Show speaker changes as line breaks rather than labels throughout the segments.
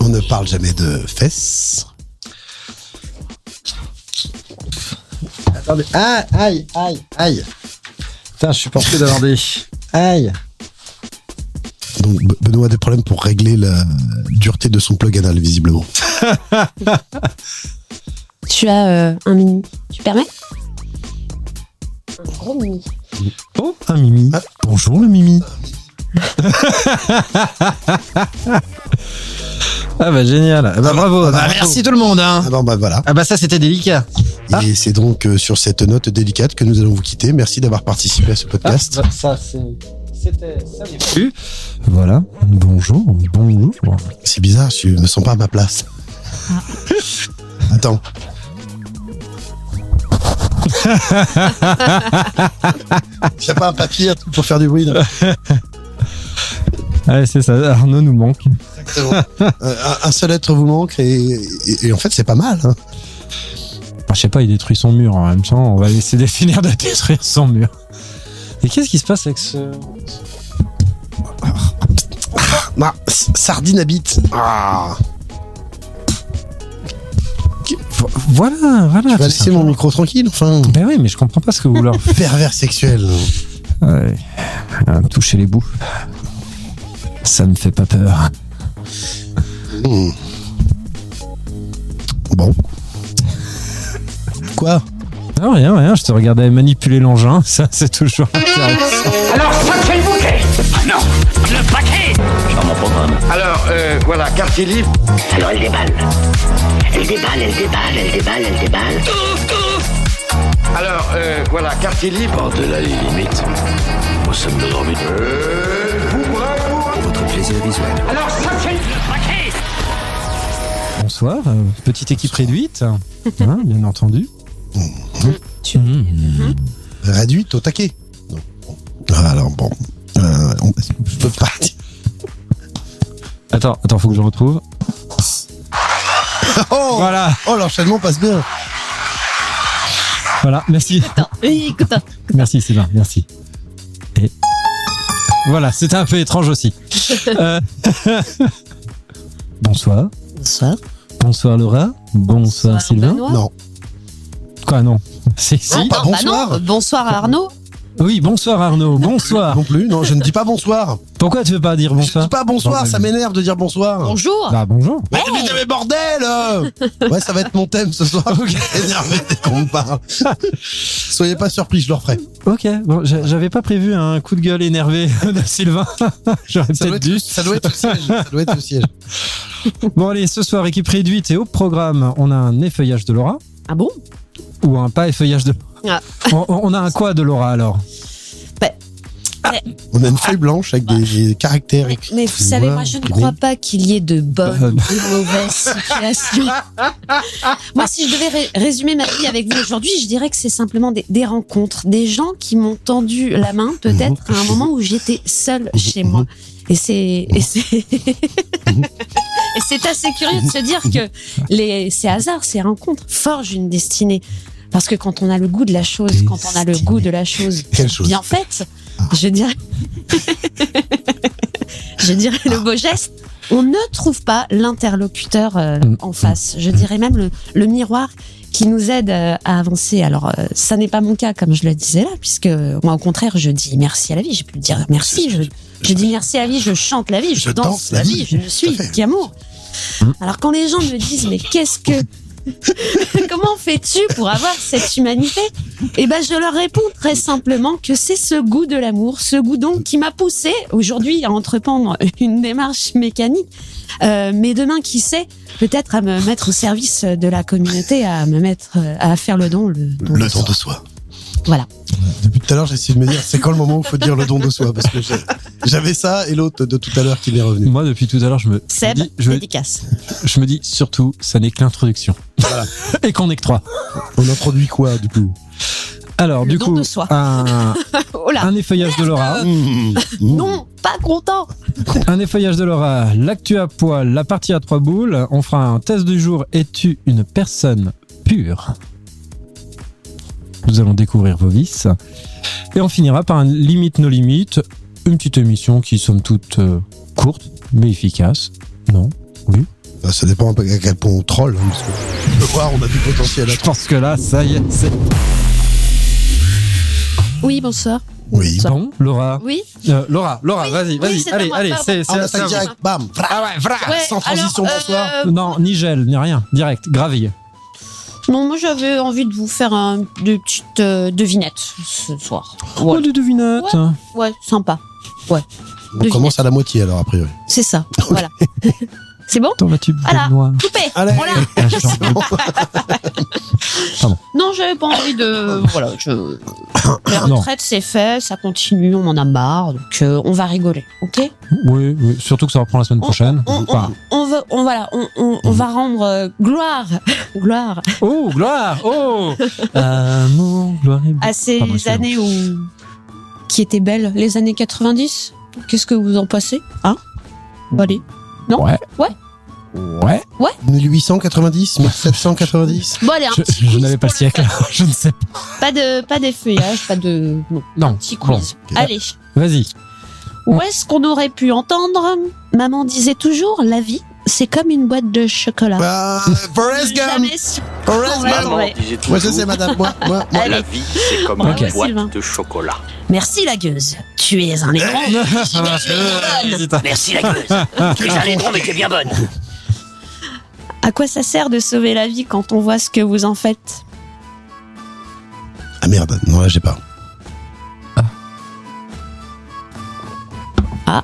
On ne parle jamais de fesses.
Attendez. Ah, aïe, aïe, aïe. Putain, je suis porté d'avoir des. Aïe.
Donc Be- Benoît a des problèmes pour régler la dureté de son plug anal, visiblement.
Tu as euh, un mini. Tu permets Un gros mini.
Oh, un Mimi. bonjour le Mimi. ah bah génial. Ah bah bravo. Ah bah
bravo.
merci tout le monde. hein.
Ah non, bah voilà.
Ah bah ça c'était délicat. Ah.
Et c'est donc euh, sur cette note délicate que nous allons vous quitter. Merci d'avoir participé à ce
Ah, bah,
podcast.
ça c'est. C'était Voilà. Bonjour. Bonjour.
C'est bizarre, je ne me sens pas à ma place. Attends. J'ai pas un papier un truc pour faire du bruit. non
Ouais, c'est ça. Arnaud nous manque.
Exactement. Euh, un, un seul être vous manque et, et- et en fait c'est pas mal. hein.
Enfin, je sais pas, il détruit son mur hein. en même temps. On va laisser définir de détruire son mur. Et qu'est-ce qui se passe avec ce.
Ah, s- sardine habite. Ah,
Vo- Voilà, voilà.
tu vas
tout
laisser
ça.
mon micro tranquille, enfin.
Ben oui, mais je comprends pas ce que vous leur.
Pervers sexuel.
Ouais. Ah, toucher les bouts. Ça me fait pas peur.
Hmm. Bon. Quoi
Non, Ah, rien, rien. Je te regardais manipuler l'engin. Ça, c'est toujours intéressant.
Alors, sacré bouquet Non, le paquet
Alors, euh, voilà, quartier libre.
Alors, elle déballe. Elle déballe, elle déballe, elle déballe, elle déballe.
Alors, euh, voilà, quartier libre.
Par-delà les limites, nous sommes nos orbite. Pour votre plaisir visuel.
Alors, sacré le paquet
Bonsoir. euh, Petite équipe réduite. Hein, bien entendu.
Tu-
Mmh.
Réduite au taquet. Non. Ah, Alors bon. Euh, on- je peux pas dire.
Attends, attends, faut que je retrouve.
Oh,
Voilà,
oh, l'enchaînement passe bien.
voilà. Merci.
Attends, oui, écoute.
Merci Sylvain, merci. Et voilà, c'était un peu étrange aussi. Euh, Bonsoir.
Bonsoir.
Bonsoir Laura. Bonsoir, Sylvain.
Benoît.
Non.
Quoi non Si si.
Ah,
pas
bah non,
bonsoir.
bonsoir Arnaud.
Oui, bonsoir Arnaud. Bonsoir.
Non plus. Non, je ne dis pas bonsoir.
Pourquoi tu veux pas dire
Je ne
bonsoir
dis pas bonsoir. ça m'énerve de dire bonsoir.
Bonjour.
Bah bonjour.
Mais, mais- mais bordel euh Ouais, ça va être mon thème ce soir. Énervé dès qu'on me parle. Soyez pas surpris, je le referai.
Ok, bon, j'a- j'avais pas prévu un coup de gueule énervé de Sylvain. J'aurais
Ça doit,
peut-être dû.
être, ça doit être hein. au siège. Ça doit être au siège.
Bon allez, ce soir, équipe réduite et au programme, on a un effeuillage de Laura.
Ah bon
Ou un pas effeuillage de...
Ah.
On, on a un quoi de Laura alors
On a une feuille blanche avec des, des caractères.
mais,
écrits.
mais vous savez, moi, je ne crois pas qu'il y ait de bonnes ou de mauvaises situations. moi, si je devais ré- résumer ma vie avec vous aujourd'hui, je dirais que c'est simplement des, des rencontres, des gens qui m'ont tendu la main, peut-être, à un moment où j'étais seule chez moi. Et c'est et c'est et c'est assez curieux de se dire que les ces hasards, ces rencontres forgent une destinée. Parce que quand on a le goût de la chose, quand on a le goût de la chose
Quelle chose
bien faite, je dirais, je dirais le beau geste, on ne trouve pas l'interlocuteur euh, en face. Je dirais même le, le miroir qui nous aide euh, à avancer. Alors, euh, ça n'est pas mon cas, comme je le disais là, puisque moi, au contraire, je dis merci à la vie. J'ai pu dire merci. Je, je dis merci à la vie. Je chante la vie. Je, danse, la vie. Je me suis d'amour. Alors, quand les gens me disent, mais qu'est-ce que Comment fais-tu pour avoir cette humanité Eh ben, je leur réponds très simplement que c'est ce goût de l'amour, ce goût donc qui m'a poussé aujourd'hui à entreprendre une démarche mécanique. Euh, mais demain, qui sait, peut-être à me mettre au service de la communauté, à me mettre, euh, à faire le don. Le don.
Le don de soi.
Voilà.
Depuis tout à l'heure, j'essaie de me dire, c'est quand le moment où il faut dire le don de soi Parce que j'ai- j'avais ça et l'autre de tout à l'heure qui m'est revenu.
Moi, depuis tout à l'heure, je me, je me
Seb,
dis, je, me-
dédicace.
je me dis surtout, ça n'est que l'introduction. Et qu'on est que trois.
On introduit quoi, du coup
Alors,
Le
du
don
coup,
de soi.
un,
Oh là
un effeuillage de Laura.
Euh,
Hmm. Ah.
Non, pas content.
Un effeuillage de Laura, l'actu à poil, la partie à trois boules. On fera un test du jour. Es-tu une personne pure Nous allons découvrir vos vices. Et on finira par un limite nos limites. Une petite émission qui, somme toute, euh, courte, mais efficace. Non Oui
Bah, ça dépend un peu à quel point on troll. hein, parce que on peut voir, on a du potentiel à
Je pense que là, ça y est, c'est
Oui, bonsoir.
Oui.
bon. Laura,
Oui
Euh, Laura, Laura,
Oui,
vas-y,
oui,
vas-y,
c'est à
allez,
moi,
allez,
pardon. bah,
c'est
Ah, on
c'est à- c'est à
attaque
vous.
direct, bam, fra-
Ah ouais, vra-
Ouais,
sans transition,
alors,
bonsoir.
euh,
Non, ni gel, ni rien, direct, graville.
Non, moi j'avais envie de vous faire un, des petites euh, devinettes ce soir.
Oh, des devinettes.
Ouais, sympa.
On commence à la moitié alors, a priori.
C'est ça. Voilà. C'est bon
Dans la tube
Voilà.
noire.
Coupé
Allez.
Voilà.
Ah, Pardon.
Non, j'avais pas envie de. Voilà, je. La
Euh, Non.
retraite, c'est fait, ça continue, on en a marre, donc euh, on va rigoler, ok
Oui, oui, surtout que ça reprend la semaine prochaine.
On, on,
Enfin,
on veut, on, voilà, on, on,
Mm.
on va rendre euh, gloire, gloire
Oh, gloire Oh Amour, gloire et
à ces
Pardon, excusez-moi.
années où. qui étaient belles, les années 90. Qu'est-ce que vous en pensez Hein
Mm.
Bon, Allez. Non
Ouais.
Ouais.
Ouais.
1890, 1790.
Bon, allez, un
Je,
petit
je
quiz
n'avais pas le
pour la
siècle, je ne sais pas.
fête. Pas de, pas d'effeuillage, pas de. Non,
Non,
petit
bon, Mm.
quiz. Allez.
vas-y.
Où est-ce qu'on aurait pu entendre Maman disait toujours, la vie, c'est comme une boîte de chocolat.
Bah, Forrest Gump,
Ah. Jamais sûr.
Forrest
Ah Ouais,
Gump.
ouais.
disait
Moi, je sais, madame. Moi, moi, moi.
La
Allez.
vie, c'est comme
Ok.
une boîte
Sylvain.
de chocolat.
Merci la gueuse. Tu es un écran.
Euh,
Merci la gueuse. Tu es un laidron, mais tu es bien bonne.
À quoi ça sert de sauver la vie quand on voit ce que vous en faites
Ah merde, non, là, j'ai pas.
Ah.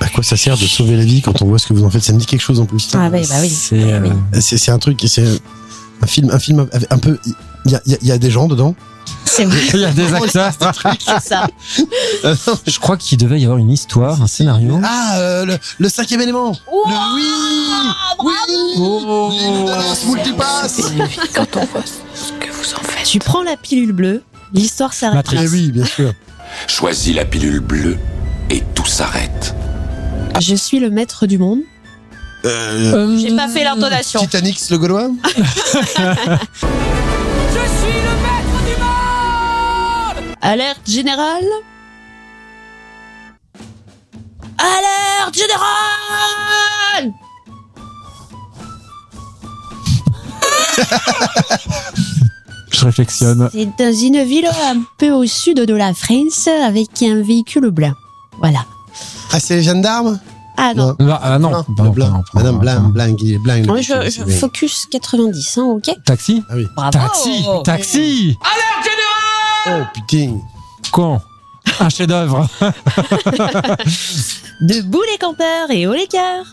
À quoi ça sert de sauver la vie quand on voit ce que vous en faites Ça me dit quelque chose en plus.
Ah ouais, bah oui.
C'est euh,
C'est c'est un truc, c'est un film, un film avec un peu. Il y a, il y a- il y a des gens dedans.
C'est vrai,
Il y a des acteurs. Euh,
c'est ça.
Je crois qu'il devait y avoir une histoire, un scénario.
Ah, euh, le, le cinquième élément. Le oui. Oui. L'évidence multipasse.
quand on voit ce que vous en faites.
Tu prends la pilule bleue, l'histoire s'arrête.
Matrix.
Eh oui, bien sûr.
Choisis la pilule bleue et tout s'arrête.
là. Je suis le maître du monde.
Euh,
J'ai pas fait l'intonation.
Titanic, le Gaulois.
Alerte générale Alerte générale
Je réflexionne.
C'est dans une ville un peu au sud de la France avec un véhicule blanc. Voilà.
Ah, c'est les gendarmes.
Ah non.
Ah, ah, non,
Non,
Bah,
le
non,
blanc.
bah, non, bah,
Madame
non,
Blanc,
bah,
Blanc, il est Blanc.
Moi, je, je focus 90, hein, ok
non. Taxi
Ah oui.
Bravo
Taxi Taxi
Oh putain.
Con Un chef-d'œuvre
Debout les campeurs et haut les cœurs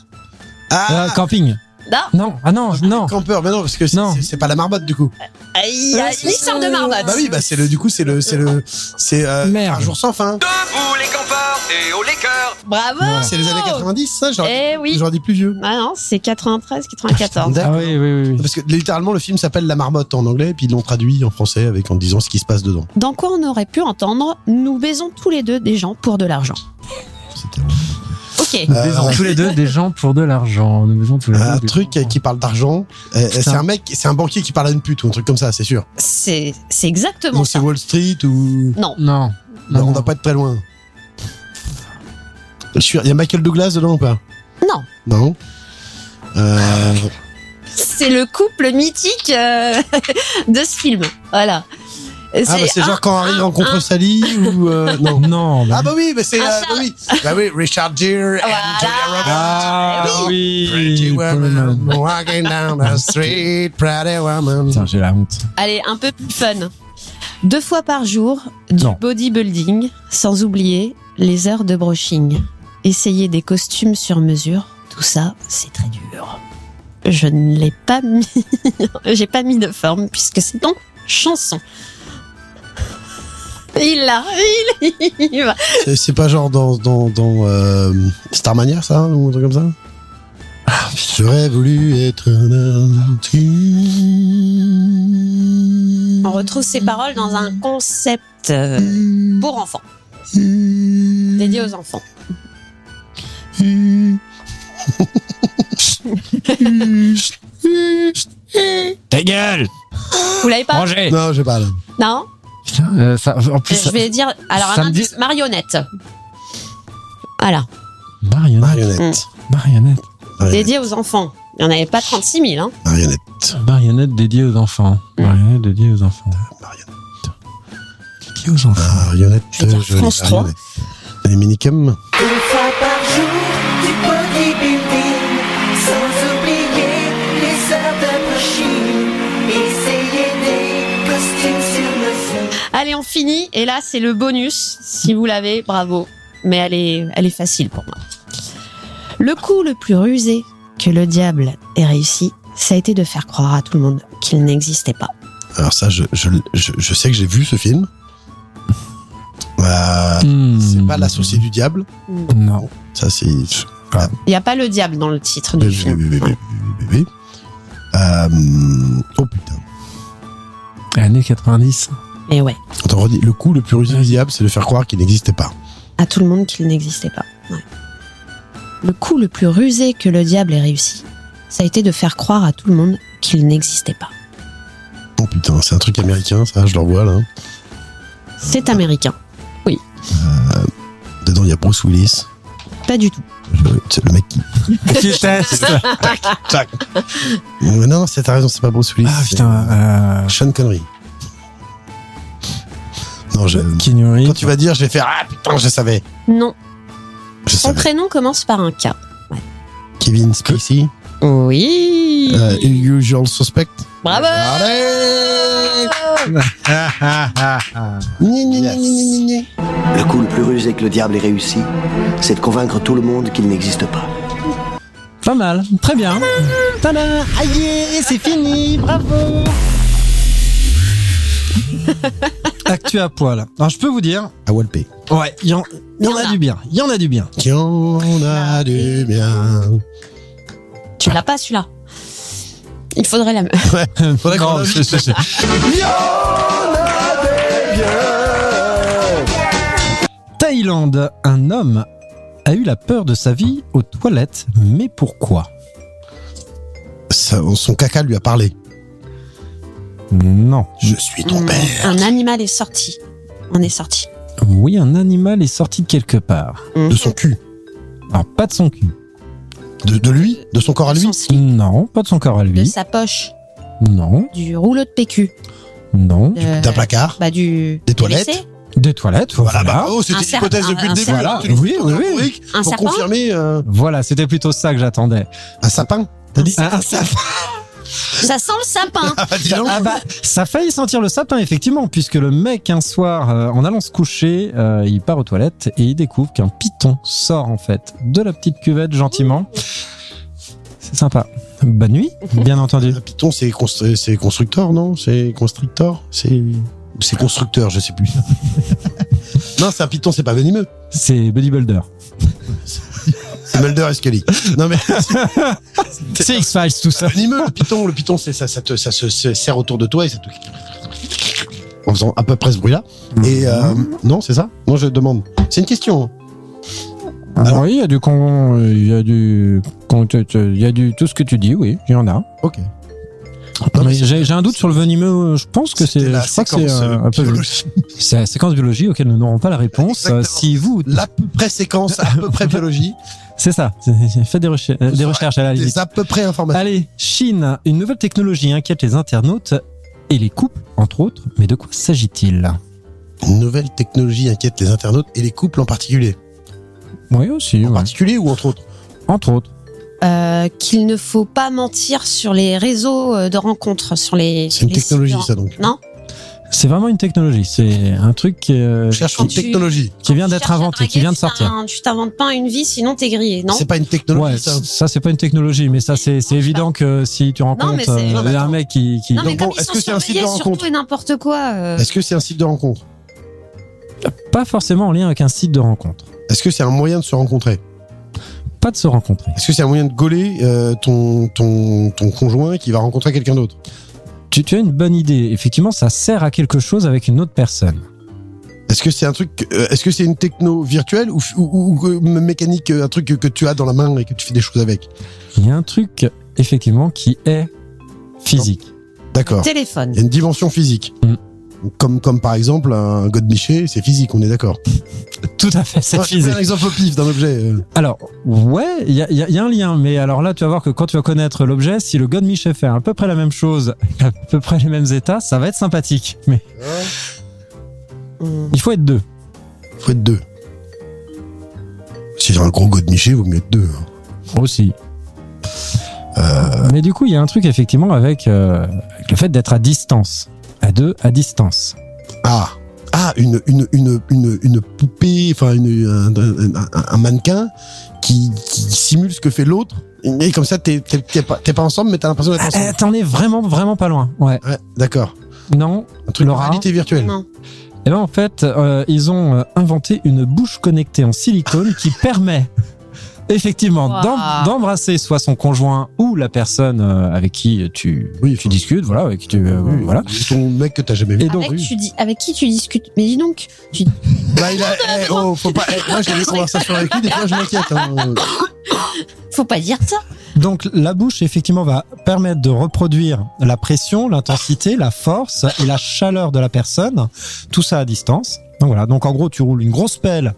Ah,
Euh, Camping
Non
Non, ah non, non
campeur. Mais non, parce que c'est-
Non.
c'est c'est pas la marmotte du coup.
Aïe, aïe,
c'est-
L'histoire de Marmotte
Bah oui, bah c'est le du coup c'est le c'est le c'est euh,
Merde.
un jour sans fin.
Debout les campeurs et au les cœurs
Bravo
C'est les années 90 ça, j'aurais
Eh oui
j'aurais dit plus vieux.
Ah non, c'est 93, 94.
Ah oui, oui, oui. oui.
Parce que littéralement le film s'appelle La Marmotte en anglais, puis ils l'ont traduit en français avec en disant ce qui se passe dedans.
Dans quoi on aurait pu entendre Nous baisons tous les deux des gens pour de l'argent.
C'était
Ok.
Nous baisons Euh, tous les deux des gens pour de l'argent. Nous baisons tous les deux.
un
des
truc
gens.
qui parle d'argent. Euh, C'est un mec, c'est un banquier qui parle à une pute ou un truc comme ça, c'est sûr.
C'est c'est
Non,
exactement
c'est
ça.
Wall Street ou
Non.
Non.
Non,
non,
Bah, on va pas être très loin. Je suis- Il y a Michael Douglas dedans ou pas
Non.
Non. Euh,
C'est le couple mythique euh, de ce film. Voilà. C'est
ah bah c'est
un-
genre quand Harry
un-
rencontre Sally ou euh, non.
Non, bah-
Ah bah oui, bah c'est
Ah,
euh,
ça-
bah oui. Bah oui, Richard Gere
Voilà.
and Julia Roberts.
Ah oui
Pretty woman
Pullman.
walking down the street, pretty woman.
Putain, j'ai la honte.
Allez, un peu plus fun. Deux fois par jour, du
Non.
bodybuilding, sans oublier les heures de brushing. Essayer des costumes sur mesure, tout ça, c'est très dur. Je ne l'ai pas mis, j'ai pas mis de forme puisque c'est en chanson. Il l'a, il y va.
C'est- C'est pas genre dans dans dans euh, Starmania ça ou un truc comme ça J'aurais voulu être un artiste.
On retrouve ces paroles dans un concept euh, pour enfants, dédié aux enfants.
Ta gueule
Vous l'avez pas
Rangez
Non, j'ai pas là.
Non
Putain, euh, ça, en plus,
Je
ça-
vais dire. Alors,
ça
un
me dit-
indice marionnette. Voilà.
Euh.
marionnette,
Marionnette.
marionnette.
Ouais.
dédiée aux enfants. Il n'y en avait pas 36 000. Hein.
Marionnette.
Marionnette dédiée aux enfants. Marionnette dédiée aux enfants.
Marionnette.
Dédiée aux enfants.
Marionnette.
Je veux dire,
jolie
France trois.
marionnette. Les minicums.
Une fois par jour, du bodybuilding, sans oublier les heures d'approchine, essayer des costumes sur le fond.
Allez, on finit. Et là, c'est le bonus. Si vous l'avez, bravo. Mais elle est, elle est facile pour moi. Le coup le plus rusé que le diable ait réussi, ça a été de faire croire à tout le monde qu'il n'existait pas.
Alors ça, je, je, je, je sais que j'ai vu ce film. Euh, C'est pas l'associé du diable.
Hmm. Non.
Ça, c'est. ah,
Il n'y a pas le diable dans le titre
Oui,
du
oui,
film.
oui, oui, oui, oui, oui. Euh, oh putain.
Années 90.
Et ouais,
Attends, redis. Le coup le plus rusé du diable, c'est de faire croire qu'il n'existait pas.
à tout le monde qu'il n'existait pas. Ouais. Le coup le plus rusé que le diable ait réussi, ça a été de faire croire à tout le monde qu'il n'existait pas.
Oh putain, c'est un truc américain, ça, je le revois là.
C'est américain.
Dedans, il y a Bruce Willis.
Pas du tout.
Je- C'est le mec qui.
Qui était-ce
Tac. Mais non, c'est ta raison, c'est pas Bruce Willis.
Ah
c'est
putain.
Sean Connery. Non, je.
Euh, Keanu Reeves.
Quand tu vas dire, je vais faire Ah putain, je savais.
Non.
Je
Son
savais.
prénom commence par un K.
Kevin Spacey.
Oui.
Euh, usual Suspect.
Bravo.
Allez
Le coup le plus rusé que le diable ait réussi, c'est de convaincre tout le monde qu'il n'existe pas.
Pas mal. Très bien. Tada Aïe, c'est fini. Bravo. Actu à poil. Alors, je peux vous dire.
À Walpé.
Ouais, il y en, il y en a du bien. Il y en a du bien.
Qui en a du bien.
Tu l'as pas celui-là. Il faudrait la.
Faudrait qu'on
Non,
l'invite.
je- je- je- Thaïlande, un homme a eu la peur de sa vie aux toilettes, mais pourquoi
Ça, Son caca lui a parlé.
Non.
Je suis
Mm.
ton père.
Un animal est sorti. On est sorti.
Oui, un animal est sorti de quelque part.
Ah,
De son cul.
Alors, pas de son cul.
De, de lui De son corps à lui
Son slip,
Non, pas de son corps à
de
lui.
sa poche,
Non,
du rouleau de PQ,
non.
de-
D'un placard
bah du
Des
du
toilettes
WC,
Des toilettes, voilà.
Voilà, bah, oh,
Un
c'était
serpent,
l'hypothèse depuis
un
le début.
serpent.
Tu nous
Oui,
fais
oui,
un
oui.
truc
un
Pour
serpent,
confirmer euh,
Voilà, c'était plutôt ça que j'attendais.
un sapin. T'as dit
Un- un sapin.
ça sent le sapin.
Ah, bah, dis donc.
Ah bah, ça a failli sentir le sapin, effectivement, puisque le mec, un soir, euh, en allant se coucher, euh, il part aux toilettes et il découvre qu'un python sort, en fait, de la petite cuvette, gentiment. C'est sympa. Bonne nuit, bien entendu.
Un python, c'est const- c'est constructeur, non C'est constrictor C'est ou c'est constructeur, je sais plus. non, c'est un python, c'est pas venimeux.
C'est Bodybuilder.
C'est Mulder et Scully. Non mais c'est
C'est X-Files, tout ça.
venimeux le python. Le python, c'est ça, ça, te- ça se se serre autour de toi et ça te en faisant à peu près ce bruit-là.
Mhm.
Et euh, non, c'est ça. Non, je demande. C'est une question. hein.
Alors, Ah oui, il y a du con, euh, il y a du, con- tu- tu- il y a du, tout ce que tu dis, oui, il y en a.
Ok.
Ah, Mais
Non, mais
J'ai j'ai un doute sur le venimeux. euh, Je pense que c'est,
c'était la
je crois que c'est
séquence,
euh,
euh,
un peu,
biologique.
c'est la séquence biologie auquel nous n'aurons pas la réponse. Euh,
Exactement.
Si vous,
La préséquence à peu près biologie,
c'est ça, c'est- c'est- faites des, recher- euh, des
saurez
recherches à la limite.
des à peu près informations.
Allez, Chine, une nouvelle technologie inquiète les internautes et les couples, entre autres. Mais de quoi s'agit-il
Une nouvelle technologie inquiète les internautes et les couples en particulier.
Oui, aussi,
En particulier ou entre autres
entre autres.
Euh, Qu'il ne faut pas mentir sur les réseaux euh, de rencontres, sur les.
C'est une
les sites
technologie,
de-
ça donc.
C'est vraiment une technologie. C'est un truc qui, euh,
On cherche
qui-
une
quand tu-
technologie.
qui vient
Tu
d'être
cherches à
inventé, qui
draguer,
vient de
tu t'in-
sortir.
Tu t'inventes pas une vie, sinon t'es grillé, non
C'est pas une technologie,
Ouais,
ça.
ça, ça, c'est pas une technologie, mais ça c'est c'est
Non, je
évident que si tu rencontres
mais c'est-
euh,
Non, mais
un
attends.
mec qui, qui-
Non mais
Donc
comme
bon,
ils
est-ce
sont
que c'est un site de
surveillés sur
rencontre
tout et n'importe quoi. euh,
Est-ce que c'est un site de rencontre
pas forcément en lien avec un site de rencontre,
Est-ce que c'est un moyen de se rencontrer
pas de se rencontrer.
Est-ce que c'est un moyen de gauler euh, ton, ton, ton conjoint qui va rencontrer quelqu'un d'autre
Tu, tu as une bonne idée. Effectivement, ça sert à quelque chose avec une autre personne.
Est-ce que c'est un truc, euh, est-ce que c'est une techno virtuelle ou, ou- ou, euh, mécanique, euh, un truc que, que tu as dans la main et que tu fais des choses avec
Il y a un truc effectivement qui est physique.
D'accord.
Téléphone.
Mm.
Il y a une dimension physique. Comme, comme par exemple un godemiché, c'est physique, on est d'accord.
Tout à fait, c'est
Ouais,
physique.
Un exemple au pif d'un objet. euh.
Alors, ouais, il y a, il y a- il y a un lien, mais alors là, tu vas voir que quand tu vas connaître l'objet, si le God Michel fait à peu près la même chose, à peu près les mêmes états, ça va être sympathique. Mais il faut être deux.
Faut être deux. Si j'ai un gros godemiché, vaut mieux être deux. hein.
Aussi. Euh, Mais du coup, il y a un truc effectivement avec, euh, avec le fait d'être à distance. À deux, à distance.
Ah ah, une, une, une, une, une poupée, enfin une- un, un- un- un mannequin qui, qui simule ce que fait l'autre. Et comme ça, t'es t'es- t'es pas, t'es pas ensemble, mais t'as l'impression d'être
Ah,
ensemble.
ah, T'en es vraiment, vraiment pas loin. Ouais.
Ouais, d'accord.
Non.
Un truc de
euh. Laura
réalité virtuelle.
Non.
Et ben en fait, euh, ils ont euh, inventé une bouche connectée en silicone qui permet effectivement
Waouh.
d'em- d'embrasser soit son conjoint ou la personne euh, avec qui tu,
Oui,
tu
enfin,
discutes, voilà, avec qui tu euh,
Oui,
voilà.
Ton mec que t'as jamais vu.
Et donc,
Avec, tu dis, avec qui tu discutes Mais dis donc, tu
Bah, il a, eh, oh, faut pas, eh, moi j'ai des conversations avec lui, des fois je m'inquiète. hein.
faut pas dire ça.
donc la bouche effectivement va permettre de reproduire la pression, l'intensité, la force et la chaleur de la personne, tout ça à distance. Donc voilà, donc en gros tu roules une grosse pelle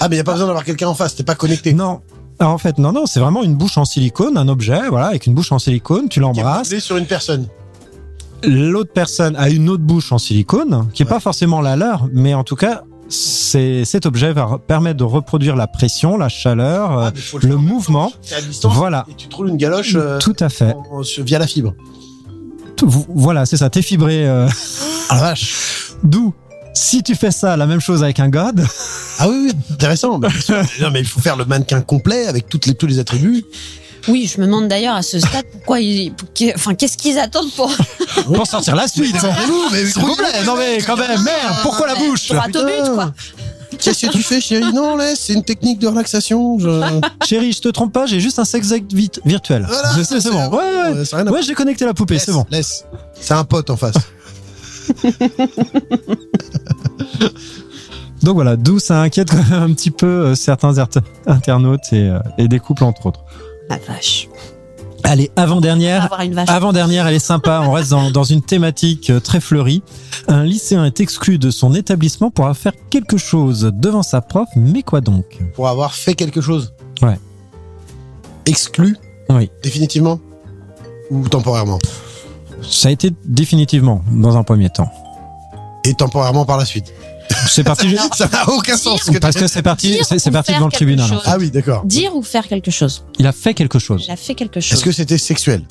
Ah, mais y a pas besoin d'avoir quelqu'un en face, t'es pas connecté.
Non. Alors, en fait, non, non, c'est vraiment une bouche en silicone, un objet, voilà, avec une bouche en silicone, tu
T'es
l'embrasses.
basé sur une personne.
euh, L'autre personne a une autre bouche en silicone, qui est pas forcément la leur, mais en tout cas, c'est, cet objet va re- permettre de reproduire la pression, la chaleur, euh,
Ah, mais faut
le
faire.
mouvement.
T'es à distance
Voilà.
et tu trouves une galoche euh,
Tout à fait.
en- en- sur- via la fibre.
Tout- vous- voilà, c'est ça, t'es fibré. euh,
Ah la vache.
D'où, si tu fais ça, la même chose avec un god,
Ah oui, oui, intéressant. Bah, bien sûr. non, mais il faut faire le mannequin complet avec toutes les, tous les attributs.
Oui, je me demande d'ailleurs à ce stade pourquoi ils, pour qui- enfin, qu'est-ce qu'ils attendent pour
pour sortir la suite.
Vous, mais Ah,
S'il vous plaît, non mais quand même, merde, pourquoi la bouche
droit au but, quoi.
Qu'est-ce que tu fais, chérie Non, laisse, c'est une technique de relaxation. Je...
Chérie, je te trompe pas, j'ai juste un sex act vit- virtuel.
Ah. Voilà,
Je sais, c'est bon. Ouais, ouais, ouais.
Euh, ça a rien à
Ouais, j'ai connecté la poupée,
Laisse,
c'est bon.
Laisse. C'est un pote en face.
Donc voilà, d'où ça inquiète quand même un petit peu euh, certains art- internautes et, euh, et des couples entre autres.
La vache.
Allez,
On va
avant-dernière.
avoir une vache.
Ah.
Avant-dernière, elle est sympa, on reste dans, dans une thématique euh, très fleurie. Un lycéen est exclu de son établissement pour avoir faire quelque chose devant sa prof, mais quoi donc
Pour avoir fait quelque chose.
Ouais.
Exclu.
Oui.
Définitivement. Ou temporairement.
Ça a été définitivement dans un premier temps.
Et temporairement par la suite.
C'est parti, ju-
Ça n'a aucun sens. ce
hein.
que t'as
parce que
fait.
c'est parti,
Dire
c'est c'est
ou
parti
faire
devant le
quelque
tribunal.
chose.
Ah oui, d'accord.
Dire ou faire quelque chose.
Il a fait quelque chose.
Il a fait quelque chose.
Est-ce que c'était sexuel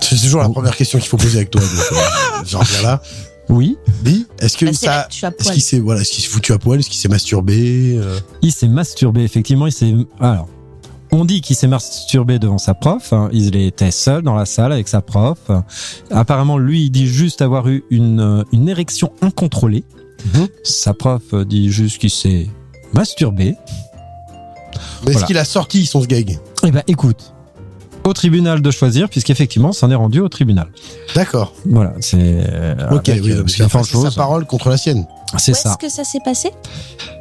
C'est toujours la première question qu'il faut poser avec toi. donc, euh, J'en reviens là.
Oui.
Dis, est-ce que
Bah, c'est là
ça.
que tu as
Est-ce
poil.
qu'il s'est voilà, est-ce qu'il s'est foutu à poil, est-ce qu'il s'est masturbé euh,
Il s'est masturbé, effectivement. Il s'est. Alors, on dit qu'il s'est masturbé devant sa prof. hein. Il était seul dans la salle avec sa prof. Apparemment, lui, il dit juste avoir eu une, euh, une érection incontrôlée.
Mhm.
Sa prof euh, dit juste qu'il s'est masturbé.
Mais est-ce
Voilà.
qu'il a sorti son gag
Eh ben, écoute. Au tribunal de choisir, puisqu'effectivement, ça en est rendu au tribunal.
D'accord.
Voilà, c'est. euh,
Ok,
avec,
oui,
euh,
donc c'est
différentes
après, c'est sa
choses.
parole contre la sienne.
C'est
Où est-ce
ça.
que ça s'est passé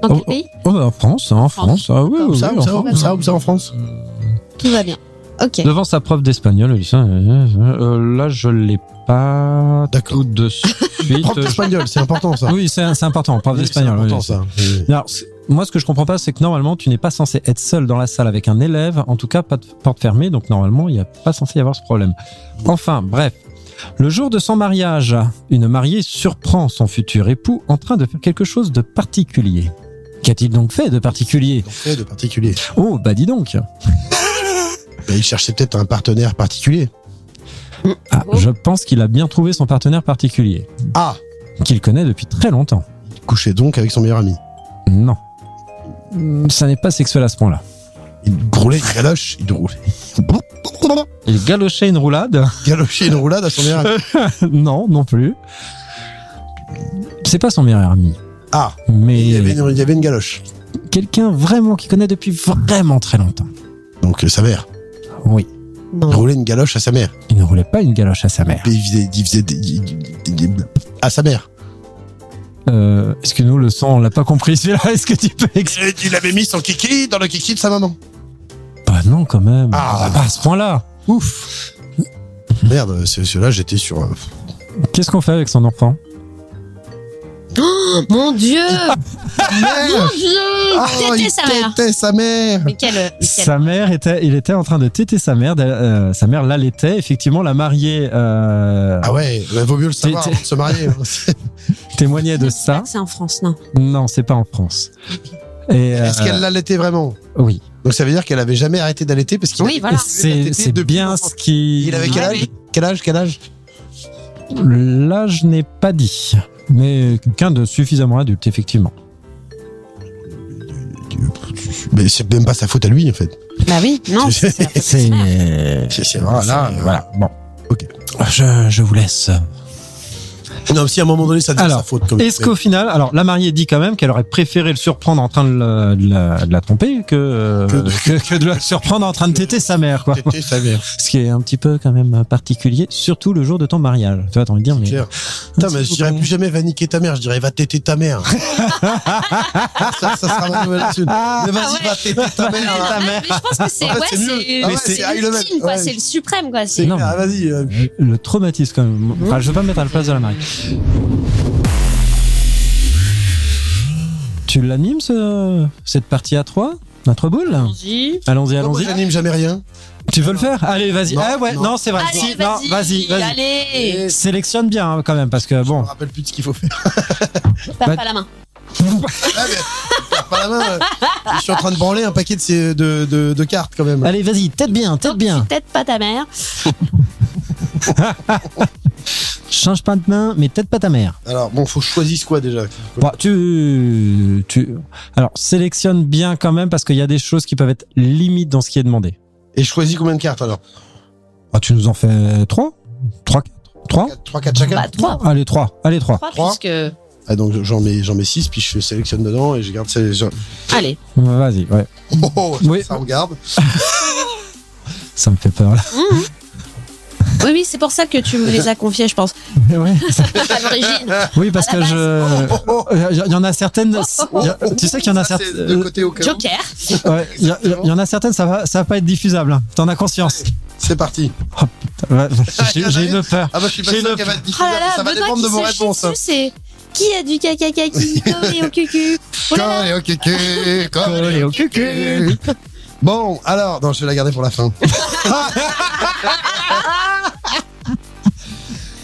Dans quel
Oh,
pays
Oh, ben, en France, hein, en France. Ah oui,
Comme
oui,
ça,
oui,
ou
en
ça,
France.
ou ça, ou ça en France
Tout va bien. Ok.
Devant sa prof d'espagnol, Elisa, euh, euh, là, je l'ai pas
D'accord.
tout de suite. euh,
Propre espagnol, c'est important ça.
oui, c'est c'est important, prof
Oui, c'est
d'espagnol.
important
oui.
ça. Oui.
Alors, c'est- moi, ce que je comprends pas, c'est que normalement, tu n'es pas censé être seul dans la salle avec un élève, en tout cas, pas de porte fermée, donc normalement, il n'y a pas censé y avoir ce problème. Enfin, bref. Le jour de son mariage, une mariée surprend son futur époux en train de faire quelque chose de particulier. Qu'a-t-il donc fait de particulier
Donc, fait de particulier.
Oh, bah dis donc
Bah, il cherchait peut-être un partenaire particulier.
Ah, Je pense qu'il a bien trouvé son partenaire particulier.
Ah
qu'il connaît depuis très longtemps.
Couchait donc avec son meilleur ami.
Non. Mm, Ça n'est pas sexuel à ce point-là.
Il roulait une galoche, il roulait.
Il galochait une roulade
Galochait une roulade à son meilleur ami.
Non, non plus. C'est pas son meilleur ami,
Ah il y, avait
mais
une, il y avait une galoche.
quelqu'un vraiment qu'il connaît depuis vraiment très longtemps.
Donc euh, sa mère.
Oui, Oh.
Il roulait une galoche à sa mère.
il ne roulait pas une galoche à sa mère.
Et il faisait. il faisait des- des- des- des- à sa mère.
Euh, Est-ce que nous, le sang, on l'a pas compris celui-là Est-ce que tu peux expliquer
Et il avait mis son kiki dans le kiki de sa maman.
Bah non, quand même.
Ah.
Pas à ce point-là.
Ouf Merde, c'est- ceux-là, j'étais sur. euh,
Qu'est-ce qu'on fait avec son enfant
Mon Dieu Mon
Merde
Dieu
Ah,
Il tétait
il
sa mère
tétait sa mère
Mais quel, euh, mais quel-
Sa mère était, il était en train de téter sa mère. d'elle- euh, sa mère l'allaitait. Effectivement, la mariée euh,
Ah ouais, bah, vaut mieux le savoir
T'es- t'es-
avant de se marier. hein.
témoignait de
Ah,
ça.
C'est en France, non
Non, c'est pas en France. Et euh,
Est-ce qu'elle l'allaitait vraiment
oui,
Donc ça veut dire qu'elle avait jamais arrêté d'allaiter parce qu'il
Oui, voilà.
c'est c'est
depuis
bien
longtemps.
ce qui.
il avait quel âge Quel âge Quel âge
Là, je n'ai pas dit, mais quelqu'un de suffisamment adulte, effectivement.
Mais c'est même pas sa faute à lui en fait.
Bah oui, non, c'est c'est la faute de sa
C'est
mère.
C'est- c'est- voilà,
c'est-
euh,
voilà. Bon,
ok.
Je, je vous laisse.
Non, mais si à un moment donné ça devient
Alors,
sa faute. Comme
Est-ce qu'au final, alors la mariée dit quand même qu'elle aurait préféré le surprendre en train de, le- de la, de la tromper que, euh,
Que de-
que- que de la surprendre en train de téter sa mère, quoi.
Têter sa mère.
Ce qui est un petit peu quand même particulier, surtout le jour de ton mariage. Tu vois, t'as envie de dire, mais
Claire. Putain, mais je dirais plus jamais va niquer ta mère, je dirais va téter ta mère. ça, ça sera ma nouvelle insulte. Mais vas-y,
Ah ouais.
va téter ta mère. là.
ta
Ah,
mère.
Mais je pense que c'est
En fait,
ouais,
c'est mieux.
c'est-
Ah ouais,
c'est
c'est- ah, il le met.
l'ultime, quoi,
Ouais.
c'est le suprême, quoi. C'est
Non, mais-
Ah, vas-y. euh,
le traumatisme quand même. Enfin, je veux pas me mettre à la place de la mariée. Tu l'animes ce, cette partie à trois, notre boule
Vas-y.
non,
Allons-y,
moi,
allons-y.
j'anime jamais rien.
Tu veux le faire Allez, vas-y.
Non,
ah ouais, non,
non.
c'est vrai. Si,
Allez,
non, vas-y,
vas-y,
vas-y.
allez
Sélectionne bien hein, quand même parce que
Je
bon.
me rappelle plus de ce qu'il faut faire.
Bah-
Tape pas la main.
Ah, mais, perds pas la main. euh. Je suis en train de branler un paquet de, ces- de, de, de cartes quand même.
Allez, vas-y, tête bien, tête
Donc,
bien.
tu têtes pas ta mère.
Change pas de main, mais tête pas ta mère.
Alors, bon, faut choisir quoi déjà
Bon, Bah, tu, tu, alors sélectionne bien quand même parce qu'il y a des choses qui peuvent être limites dans ce qui est demandé.
Et je choisis combien de cartes alors
Ah, tu nous en fais trois, trois, quatre, trois.
3, 4 chacun
Bah, trois.
Allez trois, allez trois.
Trois,
Trois.
puisque...
Ah, donc j'en mets, j'en mets 6, puis je sélectionne dedans et je garde. ces- je-
Allez.
Vas-y, ouais.
Oh, oh,
Oui.
ça regarde.
Ça me fait peur là.
Oui, oui, c'est pour ça que tu me les as confiés, je pense.
Mais ouais.
À l'origine.
Oui, parce que je,
Oh, oh, oh.
il y en a certaines. il y a- Tu sais qu'il y en a
Ça,
certaines.
c'est de côté au cas où.
Joker.
Ouais, il y, a- il y en a certaines, ça va, ça va pas être diffusable. hein. T'en as conscience.
C'est parti.
Ouais, J'ai j'ai une peur.
Ah bah je suis pas
J'ai
sûr
le-
qu'elle va être
Oh
difficile.
là là,
ça va
Benoît
dépendre de
qui
vos
se chie
réponses. hein.
dessus, c'est qui a du caca qui collé au cucu Oh là là.
Collé au kéké,
Collé
collé
au
au kéké. Bon, alors, non, je vais la garder pour la fin.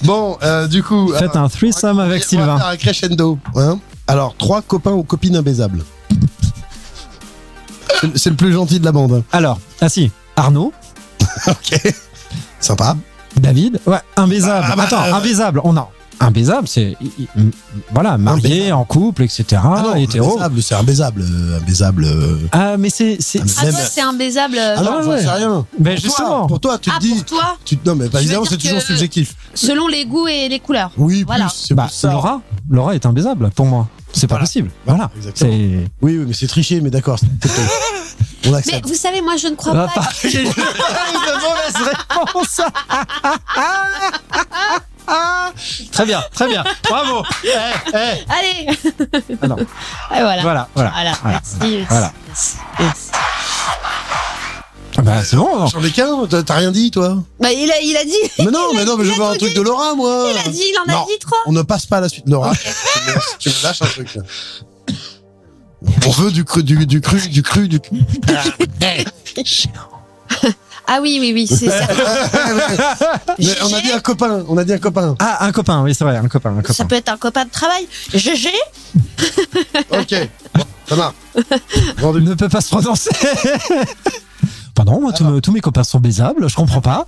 bon, euh, du coup.
Faites
euh,
un threesome avec
on va
Sylvain.
faire un crescendo. hein. alors, trois copains ou copines imbaisables. C'est- C'est le plus gentil de la bande. hein.
Alors, ah si, Arnaud,
Sympa.
David, ouais, imbaisable.
Ah bah,
Attends,
euh,
imbaisable, on a. Imbaisable, c'est. i- i- voilà, marié,
Imbaisable.
en couple, etc.
Ah
hétéro.
imbaisable, c'est imbaisable. euh, imbaisable. euh.
Ah, mais c'est. c'est-
Ah,
Ah,
Même-
toi, c'est un baisable. euh,
Ah non, j'en
ouais.
sais rien.
Ben,
Pour toi,
justement.
pour toi, tu
Ah,
te dis.
pour toi,
tu- non, mais pas
veux
évidemment,
dire
c'est
que-
toujours subjectif.
selon les goûts et les couleurs.
Oui,
Voilà.
plus. c'est
bah,
plus ça.
Laura, Laura est imbaisable pour moi. C'est pas
Voilà.
possible. Voilà.
Voilà, exactement.
C'est.
Oui, oui, mais c'est triché, mais d'accord. c'est- On
Mais
accepte.
vous savez, moi, je ne crois
Ah,
pas.
pas- J'ai une mauvaise réponse. très bien, très bien. Bravo. Eh, eh.
Allez
Ah non.
Et voilà.
Voilà, voilà.
Voilà,
voilà.
merci, merci,
Voilà.
merci, merci.
Bah, c'est bon.
J'en ai qu'un, t'as t'as rien dit, toi.
Bah, il, a, il a dit,
Mais non, mais non, mais je
il
veux
a
un
tout
truc
dit.
de Laura, moi.
il a dit, il en
Non.
a dit trois.
On ne passe pas à la suite. Laura, tu, me lâches, tu me lâches un truc. là. On veut du cru, du, du cru, du cru, du cru.
Ah oui, oui, oui, c'est certain.
Mais on a dit un copain, on a dit un copain.
Ah, un copain, oui, c'est vrai, un copain, un
Ça
copain.
peut être un copain de travail. GG
Ok, Bon, ça marche. Vendu.
Ne peut pas se prononcer. Pardon, moi, tous mes- tous mes copains sont baisables, je comprends pas.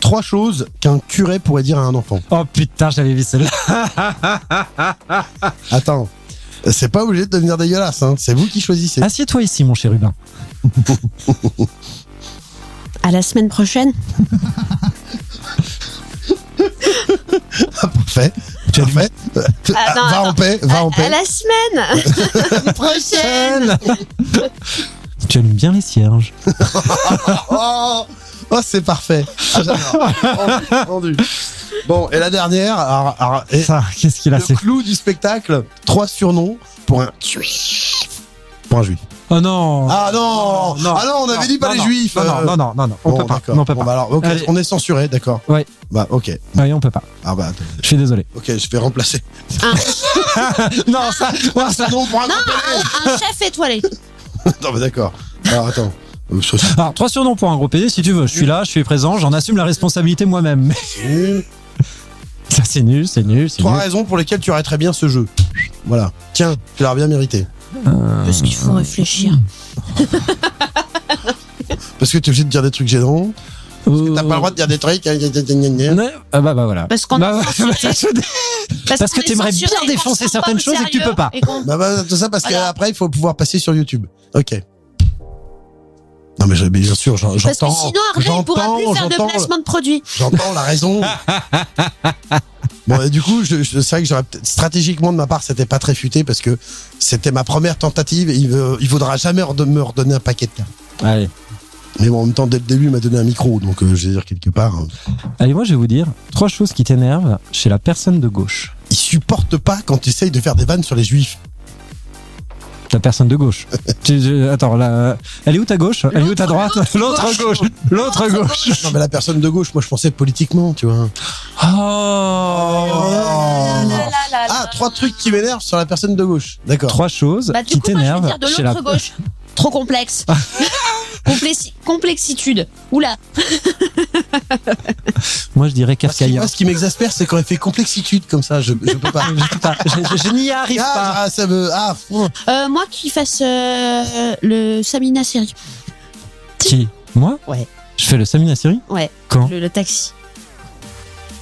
Trois choses qu'un curé pourrait dire à un enfant.
Oh putain, j'avais vu celle-là.
Attends, c'est pas obligé de devenir dégueulasse, hein. c'est vous qui choisissez.
Assieds-toi ici, mon chérubin.
À la semaine prochaine.
Parfait,
Tu as
parfait.
Ah, non,
Va en
attends.
paix, va
à,
en
à
paix.
la semaine prochaine.
Tu allumes bien les cierges.
Oh, oh, c'est parfait. Ah, j'adore. Vendu. Bon, et la dernière, alors- alors, et-
Ça,
Ah,
qu'est-ce qu'il a
le
c'est...
clou du spectacle, trois surnoms pour un juif. Pour un juif.
Oh non
Ah non,
non,
Ah non, on avait dit pas
non,
les
non,
juifs.
Non,
euh.
non, non, non, non, non, on
Bon,
peut pas.
d'accord.
non, on peut
Bon,
pas.
bah alors, ok,
Allez.
on est censuré, d'accord.
Ouais.
Bah, ok.
Oui, on peut pas.
Ah bah, attends.
Je suis désolé.
ok, je vais remplacer.
non, ça, non, ça.
Non, pour un groupe
Un chef étoilé.
PD. Non, bah d'accord. Alors, attends. Euh, ça, c'est
Alors, trois surnoms pour un gros PD si tu veux. Je suis là, je suis présent, j'en assume la responsabilité moi-même.
nul.
ça, c'est nul, c'est nul, c'est
Trois
nul.
raisons pour lesquelles tu arrêterais bien ce jeu. Voilà. Tiens, tu l'auras bien mérité.
Parce qu'il faut réfléchir.
Parce que tu es obligé de dire des trucs gênants. T'as pas le droit de dire des trucs. hein, gna, gna, gna, gna, gna.
Ouais, Ah bah, bah voilà.
Parce qu'on
Bah, bah,
est censuré.
ça se- Parce
qu'on
que
est
t'aimerais
censuré
bien
et qu'on
défoncer
se prend pas
certaines
au
choses et que tu
sérieux
peux pas.
et qu'on-
Bah, bah, tout ça parce
Voilà.
qu'après, il faut pouvoir passer sur YouTube. Ok. Non, mais je- mais bien sûr, j'en-
Parce que
j'entends.
sinon, Arnaud, il pourra plus
j'entends,
faire de
j'entends.
placement de produits.
J'entends la raison. bon, et du coup, je, je- c'est vrai que j'aurais peut-être- stratégiquement de ma part, c'était pas très futé parce que c'était ma première tentative et il, veut- il vaudra jamais orde- me redonner un paquet de cartes.
Allez.
Mais bon, en même temps, dès le début, il m'a donné un micro, donc euh, je vais dire quelque part, euh,
Allez, moi, je vais vous dire trois choses qui t'énervent chez la personne de gauche.
il supporte pas quand tu essayes de faire des vannes sur les juifs.
La personne de gauche. Tu- je- Attends, là, elle est où ta gauche Elle est où ta droite L'autre gauche. L'autre gauche.
Non, mais la personne de gauche, moi, je pensais politiquement, tu vois.
Oh
Là, là, là, là.
Ah, trois trucs qui m'énervent sur la personne de gauche. D'accord.
Trois choses
Bah, du
qui
coup, moi, je vais
t'énervent
dire de
chez
l'autre
la Ah.
gauche. Trop complexe. Complexi- complexitude. Oula.
Moi, je dirais
Parce que
Kafkaïa.
moi, ce qui m'exaspère, c'est quand elle fait complexitude comme ça, je, je peux pas.
Je sais pas, je- je- je n'y arrive
ah,
pas.
ah, ça me. Ah, fou.
Euh, moi qui fasse euh, le Samina série.
Qui Moi
Ouais.
Je fais le Samina Siri
Ouais.
Quand
Le, le taxi.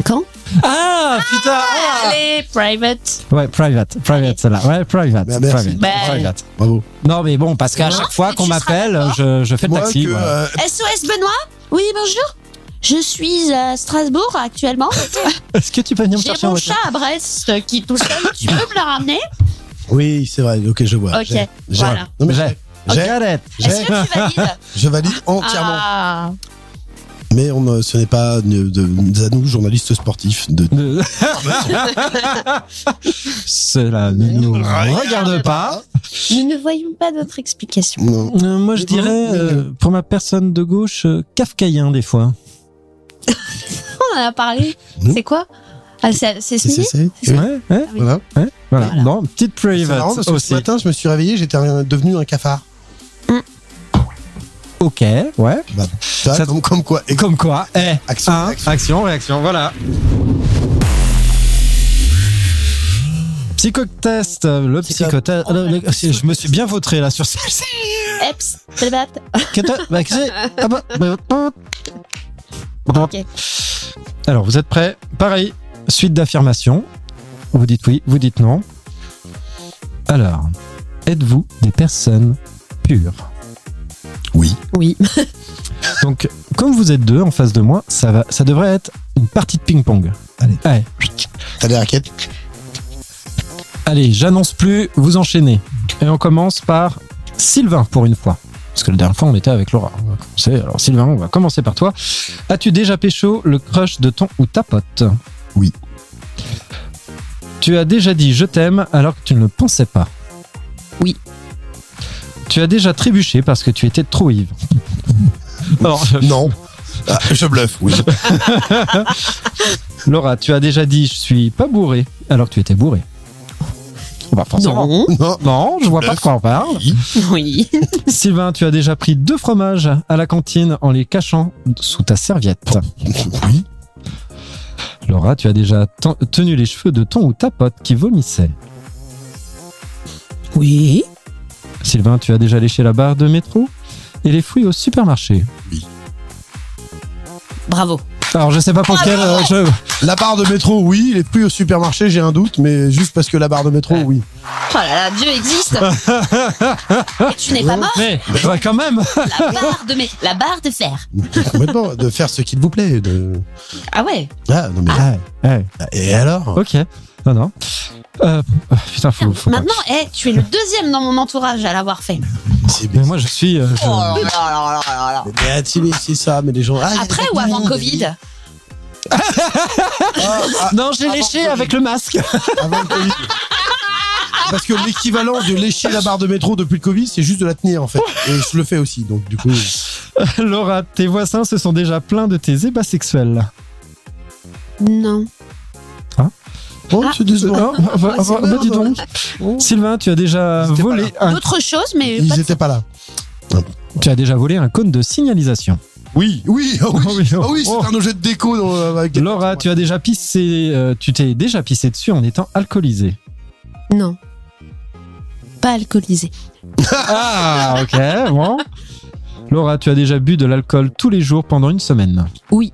Quand
Ah putain ah
Allez, private.
Ouais, private, private celle-là. Ouais, private,
Bah, merci.
private,
Bah,
private.
Bravo.
Non mais bon, parce qu'à chaque fois
tu
qu'on
seras
m'appelle,
d'accord.
je, je fais le
Moi,
taxi.
que,
voilà.
euh,
SOS Benoît Oui, bonjour. Je suis à Strasbourg actuellement.
Est-ce que tu peux venir me
J'ai
chercher en
mon
voiture
chat à Brest qui est tout seul. Tu peux me le ramener
Oui, c'est vrai. Ok, je vois.
Ok,
J'ai- j'ai-
voilà.
Non, mais
J'ai.
j'ai-
J'arrête.
Est-ce que tu valides
Je valide entièrement.
Ah.
Mais on, ne- ce n'est pas de, de, de- à nous, journalistes sportifs, de
De- Cela ne nous regarde pas.
Nous ne voyons pas d'autre explication.
non.
Euh, moi, je
Mais bon,
dirais,
mais,
euh, pour ma personne de gauche, euh, kafkaïen des fois.
On en a parlé.
Non.
C'est quoi ah, C'est c'est ce
C'est
midi
c'est-
Ouais, ouais,
Oui.
Voilà.
voilà.
Voilà.
Non, petite
C'est marrant parce
private
que
aussi.
ce matin, je me suis réveillé, j'étais un- devenu un cafard.
Ok, ouais.
Ça,
Ça-
comme, comme quoi. Et
Comme quoi, eh,
Action,
hein,
réaction.
action, réaction, voilà. Psychotest, euh, le
C'est comme-
psychotest. le- le- Je me suis bien vautré là sur celle-ci.
Eps, blablabla.
Qu'est-ce- bah, qu'est-ce- ah bah, bah, bah.
Ok.
Alors, vous êtes prêts Pareil, suite d'affirmations. Vous dites oui, vous dites non. Alors, êtes-vous des personnes pures
Oui.
Oui.
Donc, comme vous êtes deux en face de moi, ça, va, ça devrait être une partie de ping-pong.
Allez.
Allez,
T'as les raquettes
Allez, j'annonce plus, vous enchaînez. Et on commence par Sylvain pour une fois. Parce que la dernière fois, on était avec Laura. On va commencer. Alors, Sylvain, on va commencer par toi. As-tu déjà pécho le crush de ton ou ta pote
Oui.
Tu as déjà dit je t'aime alors que tu ne le pensais pas
Oui.
Tu as déjà trébuché parce que tu étais trop ivre. Alors,
Non. Ah, je bluffe, oui.
Laura, tu as déjà dit je suis pas bourré alors que tu étais bourré. Bah, forcément.
Non.
Non.
Non, je vois pas de quoi on parle.
Oui.
Sylvain, tu as déjà pris deux fromages à la cantine en les cachant sous ta serviette.
Oui.
Laura, tu as déjà ten- tenu les cheveux de ton ou ta pote qui vomissait.
Oui.
Sylvain, tu as déjà léché la barre de métro et les fruits au supermarché.
Bravo.
Alors, je sais pas
Ah
pour quel euh, jeu.
La barre de métro, oui. Les plus au supermarché, j'ai un doute, mais juste parce que la barre de métro, oui.
Oh là là, Dieu existe. Et tu n'es pas mort.
Mais bah, quand même,
La barre de, mes- la barre de fer.
Complètement. De faire ce qu'il vous plaît. de-
Ah ouais.
Ah, non, mais.
Ouais, ouais,
Et alors
Eh, ok. Non, non. Euh, euh, putain, faut, faut pas-
Maintenant, eh, tu es le deuxième dans mon entourage à l'avoir fait.
C'est
Mais moi, je suis. euh, je-
Oh.
Mais attends, mais c'est ça, mais les gens. Ah, il y a
Après
des
ou avant
gens,
Covid
Ah, ah,
Non, j'ai
Avant
Ah, léché
Ah
Covid.
avec le masque.
avant le Covid. parce que l'équivalent de lécher la barre de métro depuis le Covid, c'est juste de la tenir en fait. Et je le fais aussi, donc du coup.
Laura, tes voisins se sont déjà pleins de tes ébats sexuels.
Non.
Oh,
Ah.
c'est désolant.
Ah, bah, bah,
c'est
bah,
merde.
dis donc.
Oh.
Sylvain, tu as déjà
C'était pas
volé un,
D'autres choses, Hein mais pas
Ils
de-
étaient pas là.
tu as déjà volé un cône de signalisation.
Oui, oui, oh oui.
Oh oui, oh.
Ah oui, c'est
Oh.
un objet de déco. dans- euh, avec-
Laura, tu as déjà pissé, euh, tu t'es déjà pissé dessus en étant alcoolisé.
Non. Pas alcoolisé.
Ah, ok, bon. Laura, tu as déjà bu de l'alcool tous les jours pendant une semaine.
Oui.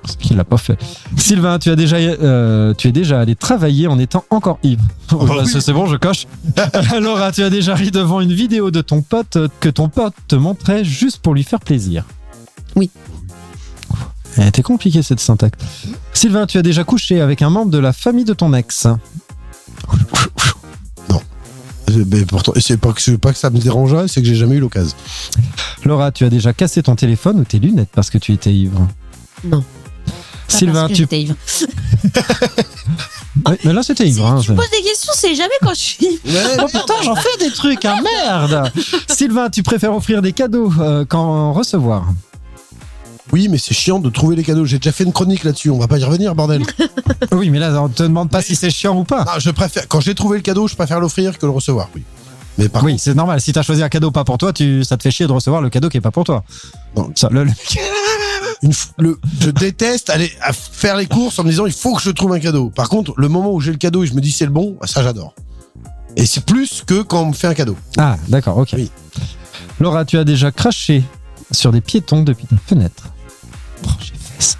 Parce qu'il l'a pas fait. Sylvain, tu as déjà, euh, tu es déjà allé travailler en étant encore ivre.
bah
Voilà,
oui.
ça, C'est bon, je coche. Laura, tu as déjà ri devant une vidéo de ton pote euh, que ton pote te montrait juste pour lui faire plaisir.
Oui.
Elle était compliquée cette syntaxe. Sylvain, tu as déjà couché avec un membre de la famille de ton ex.
Euh, Mais pourtant, c'est pas que c'est pas que ça me dérangeait, c'est que j'ai jamais eu l'occasion.
Laura, tu as déjà cassé ton téléphone ou tes lunettes parce que tu étais ivre
Non. Pas
Sylvain,
parce que
tu.
j'étais ivre.
Ouais, mais là, c'était
Si
ivre. hein,
tu
c'est-
me poses des questions, c'est jamais quand je suis.
Oh putain, j'en fais des trucs, hein, merde Sylvain, tu préfères offrir des cadeaux euh, qu'en recevoir
Oui, mais c'est chiant de trouver les cadeaux. J'ai déjà fait une chronique là-dessus. On va pas y revenir, bordel.
Oui, mais là, on te demande pas si c'est chiant ou pas.
Ah, je préfère quand j'ai trouvé le cadeau, je préfère l'offrir que le recevoir. Oui. Mais par
Oui, c'est normal. Si t'as choisi un cadeau pas pour toi, tu, ça te fait chier de recevoir le cadeau qui est pas pour toi.
Non.
Ça, le- le-
Une f- le, je déteste aller à faire les courses en me disant il faut que je trouve un cadeau. Par contre, le moment où j'ai le cadeau et je me dis c'est le bon, ah, ça j'adore. Et c'est plus que quand on me fait un cadeau.
Ah, d'accord, ok.
Oui.
Laura, tu as déjà craché sur des piétons depuis ta fenêtre. Oh, j'ai fait ça.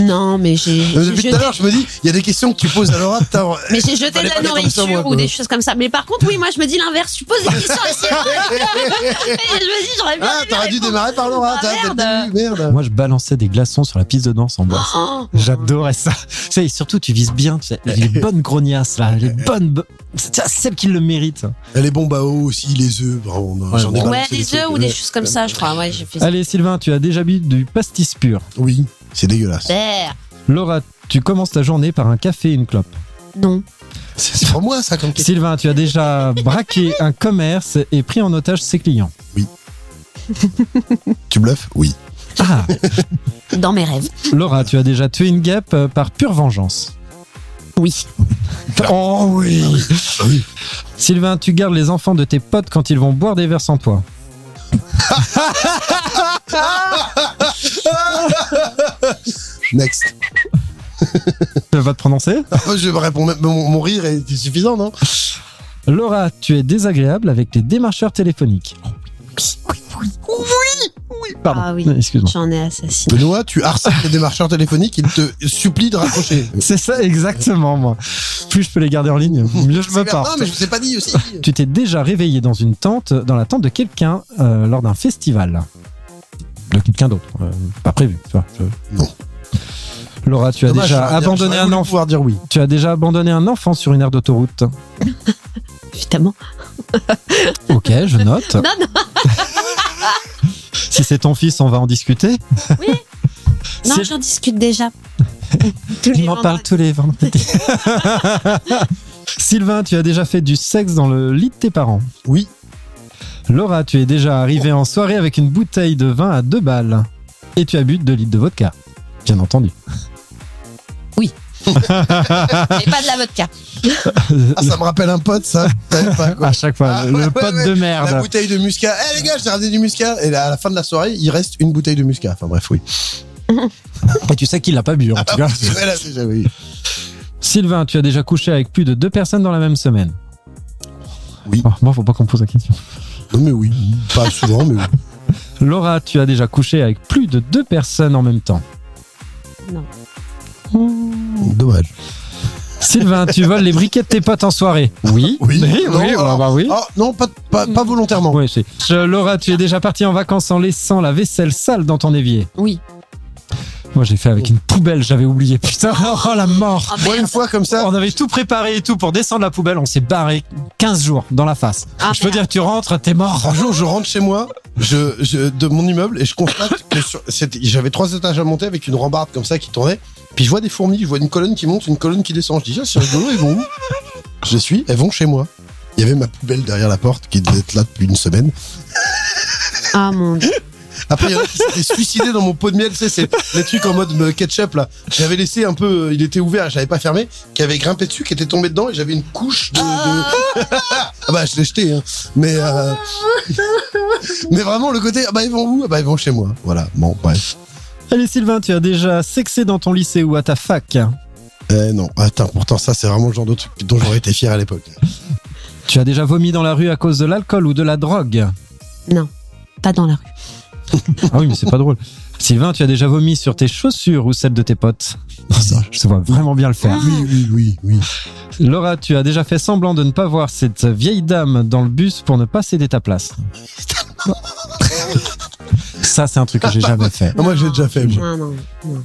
Non, mais j'ai.
Euh,
j'ai
Depuis tout
jeté-
à l'heure, je me dis il y a des questions que tu poses à Laura. putain, on-
Mais j'ai jeté
fallait
de
pas
la
aller comme ça,
nourriture
moi,
ou
quoi.
des choses comme ça. Mais par contre, oui, moi je me dis l'inverse. Tu poses des questions à Sylvain et je me dis j'aurais bien.
Ah,
aimé
t'aurais dû
répondre.
démarrer par Laura.
Ah,
t'as- t'as-
merde.
merde.
Moi, je balançais des glaçons sur la piste de danse en bois.
Oh.
J'adorais ça. Tu sais, et surtout, tu vises bien, tu sais, les bonnes grognasses, là, les bonnes. bo- C'est c'est celles qui le méritent.
Les bons bao aussi, les œufs. bravo, on a-
Ouais,
j'en ai
bon.
balancé
Ouais, des
trucs.
œufs ou des
Ouais.
choses comme ça, je crois. Ouais, j'ai fait ça.
Allez, Sylvain, tu as déjà bu du pastis pur.
Oui, c'est dégueulasse.
Super.
Laura, tu commences ta journée par un café et une clope.
Non.
C'est pour moi ça comme question.
Sylvain, tu as déjà braqué un commerce et pris en otage ses clients.
Tu bluffes Oui.
Ah,
Dans mes rêves.
Laura, tu as déjà tué une guêpe euh, par pure vengeance.
Oui.
Oh oui Sylvain, tu gardes les enfants de tes potes quand ils vont boire des verres sans toi.
Next.
Tu vas te prononcer
Je vais répondre. Mon, mon rire est suffisant, non
Laura, tu es désagréable avec les démarcheurs téléphoniques. Oui, pardon. Euh,
Ah oui.
Excuse-moi.
J'en ai assassiné.
Benoît, tu harcèles les démarcheurs téléphoniques, ils te supplient de raccrocher.
C'est ça exactement, moi. Plus je peux les garder en ligne, mieux je
C'est
me
bien.
porte.
Non, mais je vous ai pas dit aussi.
Tu t'es déjà réveillé dans une tente, dans la tente de quelqu'un euh, lors d'un festival. De quelqu'un d'autre, euh, pas prévu. Tu vois, je-
Non.
Laura, tu as
Dommage,
déjà
j'aurais bien-
abandonné
j'aurais
un
voulu
enfant.
pouvoir dire oui.
Tu as déjà abandonné un enfant sur une aire d'autoroute.
Évidemment.
Ok, je note.
Non, non.
Si c'est ton fils, on va en discuter.
Non,
C'est-
j'en discute déjà. Tous
Il
les
m'en parle
vendredis.
tous les vendredis. Sylvain, tu as déjà fait du sexe dans le lit de tes parents.
Oui.
Laura, tu es déjà arrivée en soirée avec une bouteille de vin à deux balles. Et tu as bu deux litres de vodka. Bien entendu.
Mais pas de la vodka.
Ah, ça me rappelle un pote, ça. T'avais pas, quoi.
à chaque fois,
Ah,
le
ouais,
pote
ouais,
de
ouais. La
merde.
bouteille de muscat. Eh les gars, j'ai ramené du muscat. Et là, à la fin de la soirée, il reste une bouteille de muscat. Enfin bref, oui.
Et tu sais qu'il l'a pas bu en tout cas.
Ouais, là, c'est jamais eu.
Sylvain, tu as déjà couché avec plus de deux personnes dans la même semaine.
Oui.
Oh, moi, faut pas qu'on pose la question.
Non, mais oui. Pas souvent, mais oui.
Laura, tu as déjà couché avec plus de deux personnes en même temps.
Non.
Dommage.
Sylvain, tu voles les briquets de tes potes en soirée. Oui.
Oui.
Oui,
Non,
oui,
alors-
bah oui.
Oh, non, pas, pas, pas volontairement.
Ouais, c'est- Euh, Laura, tu es déjà partie en vacances en laissant la vaisselle sale dans ton évier.
Oui.
Moi, j'ai fait avec une poubelle, j'avais oublié. Putain, oh la mort.
Ah,
Moi,
merde.
une fois comme ça,
On avait tout préparé et tout pour descendre la poubelle. On s'est barré 15 jours dans la face.
Ah,
je peux
merde.
dire, tu rentres, t'es mort.
Un jour, je rentre chez moi, je, je- de mon immeuble, et je constate que sur- c'était- j'avais trois étages à monter avec une rambarde Ah, comme ça qui tournait. Puis je vois des fourmis, je vois une colonne qui monte, une colonne qui descend. Je dis, tiens, c'est rigolo, ils vont où je suis, elles vont chez moi. Il y avait ma poubelle derrière la porte qui devait être là depuis une semaine.
Ah mon dieu.
Après, il y en a qui s'étaient suicidés dans mon pot de miel, tu sais, c'est les trucs en mode euh, ketchup, là. J'avais laissé un peu, euh, il était ouvert, j'avais pas fermé, qui avait grimpé dessus, qui était tombé dedans, et j'avais une couche de... de- ah bah, je l'ai jeté, hein. Mais, euh, mais vraiment, le côté, ah bah, ils vont où? Ah bah, ils vont chez moi. Voilà, bon, bref.
Allez Sylvain, tu as déjà sexé dans ton lycée ou à ta fac.
Eh non, attends, pourtant, ça, c'est vraiment le genre de truc dont j'aurais été fier à l'époque.
Tu as déjà vomi dans la rue à cause de l'alcool ou de la drogue.
Non, pas dans la rue.
Ah oui, mais c'est pas drôle. Sylvain, tu as déjà vomi sur tes chaussures ou celles de tes potes. Ah, Ça, je te vois vraiment bien le faire.
Oui, oui, oui, oui.
Laura, tu as déjà fait semblant de ne pas voir cette vieille dame dans le bus pour ne pas céder ta place. Ça, c'est un truc que j'ai jamais fait.
Ah, moi, j'ai déjà fait, moi.
Non, non.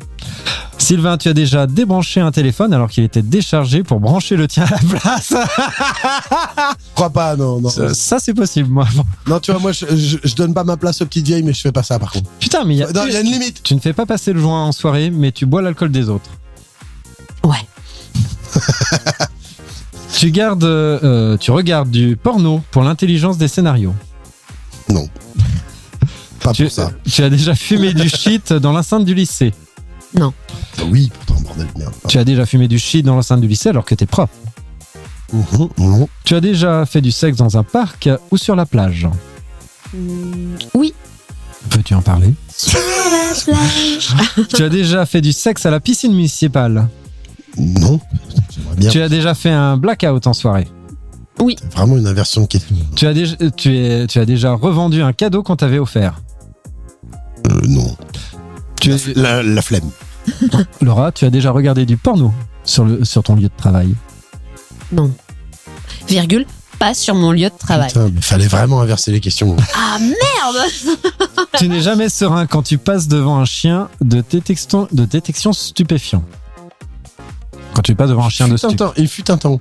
Sylvain, tu as déjà débranché un téléphone alors qu'il était déchargé pour brancher le tien à la place.
Je crois pas, non, non.
Ça, ça, c'est possible, moi. Bon.
Non, tu vois, moi, je, je, je donne pas ma place aux petites vieilles, mais je fais pas ça, par contre.
Putain, mais il y a-
Non, il y a une limite.
tu ne fais pas passer le joint en soirée, mais tu bois l'alcool des autres.
Ouais.
Tu gardes, euh, euh, tu regardes du porno pour l'intelligence des scénarios.
Pas
Tu,
pour ça.
tu as déjà fumé du shit dans l'enceinte du lycée.
Ah oui, pourtant, bordel de merde.
Tu as déjà fumé du shit dans l'enceinte du lycée alors que t'es prof.
Mhm, mhm.
Tu as déjà fait du sexe dans un parc ou sur la plage.
Hmm, Oui.
Veux-tu en parler
La plage.
Tu as déjà fait du sexe à la piscine municipale.
Non, j'aimerais bien.
Tu as déjà fait un blackout en soirée.
C'est vraiment une inversion de question.
Tu as, déjà, tu, es- tu as déjà revendu un cadeau qu'on t'avait offert.
Euh, non.
Tu es-
La, la flemme.
Laura, tu as déjà regardé du porno sur, le, sur ton lieu de travail.
Non. Virgule, pas sur mon lieu de travail.
Putain, mais fallait vraiment inverser les questions.
Ah merde
tu n'es jamais serein quand tu passes devant un chien de détection, de détection stupéfiant. Quand tu passes devant un chien de
Fut un
stupéfiant.
temps, il fut un temps.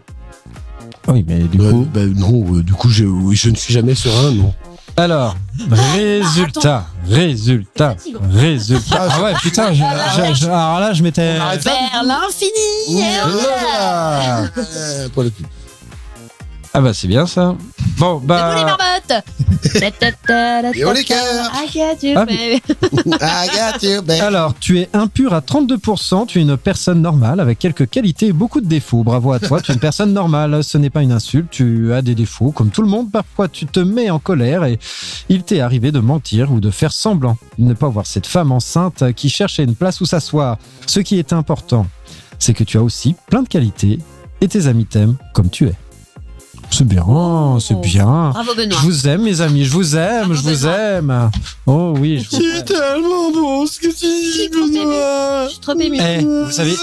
Oui, mais du
Euh,
coup.
bah, non, euh, du coup, je, oui, je ne suis jamais serein, non.
Alors, résultat, résultat,
fatigant.
résultat. Ah ouais, putain, je- je- je- alors là, je m'étais.
Arrête ça.
Vers l'infini et au-delà.
Voilà. Euh, pour le coup.
Ah bah, c'est bien ça. Bon,
Debout les
bah.
marmottes Ta, ta, ta, la,
Et on
ta,
les cœurs.
ta. I got you,
Ah,
baby.
I got you, babe.
Alors, tu es impur à 32%, tu es une personne normale avec quelques qualités et beaucoup de défauts. Bravo à toi, tu es une personne normale, ce n'est pas une insulte, tu as des défauts comme tout le monde, parfois tu te mets en colère et il t'est arrivé de mentir ou de faire semblant, ne pas voir cette femme enceinte qui cherchait une place où s'asseoir. Ce qui est important, c'est que tu as aussi plein de qualités et tes amis t'aiment comme tu es. C'est bien, c'est bien.
Bravo
Je
Benoît.
vous aime mes amis, je vous aime, je vous aime. Oh oui, je vous aime.
C'est tellement bon ce que tu dis, Benoît.
Je suis trop émue.
Eh, vous savez,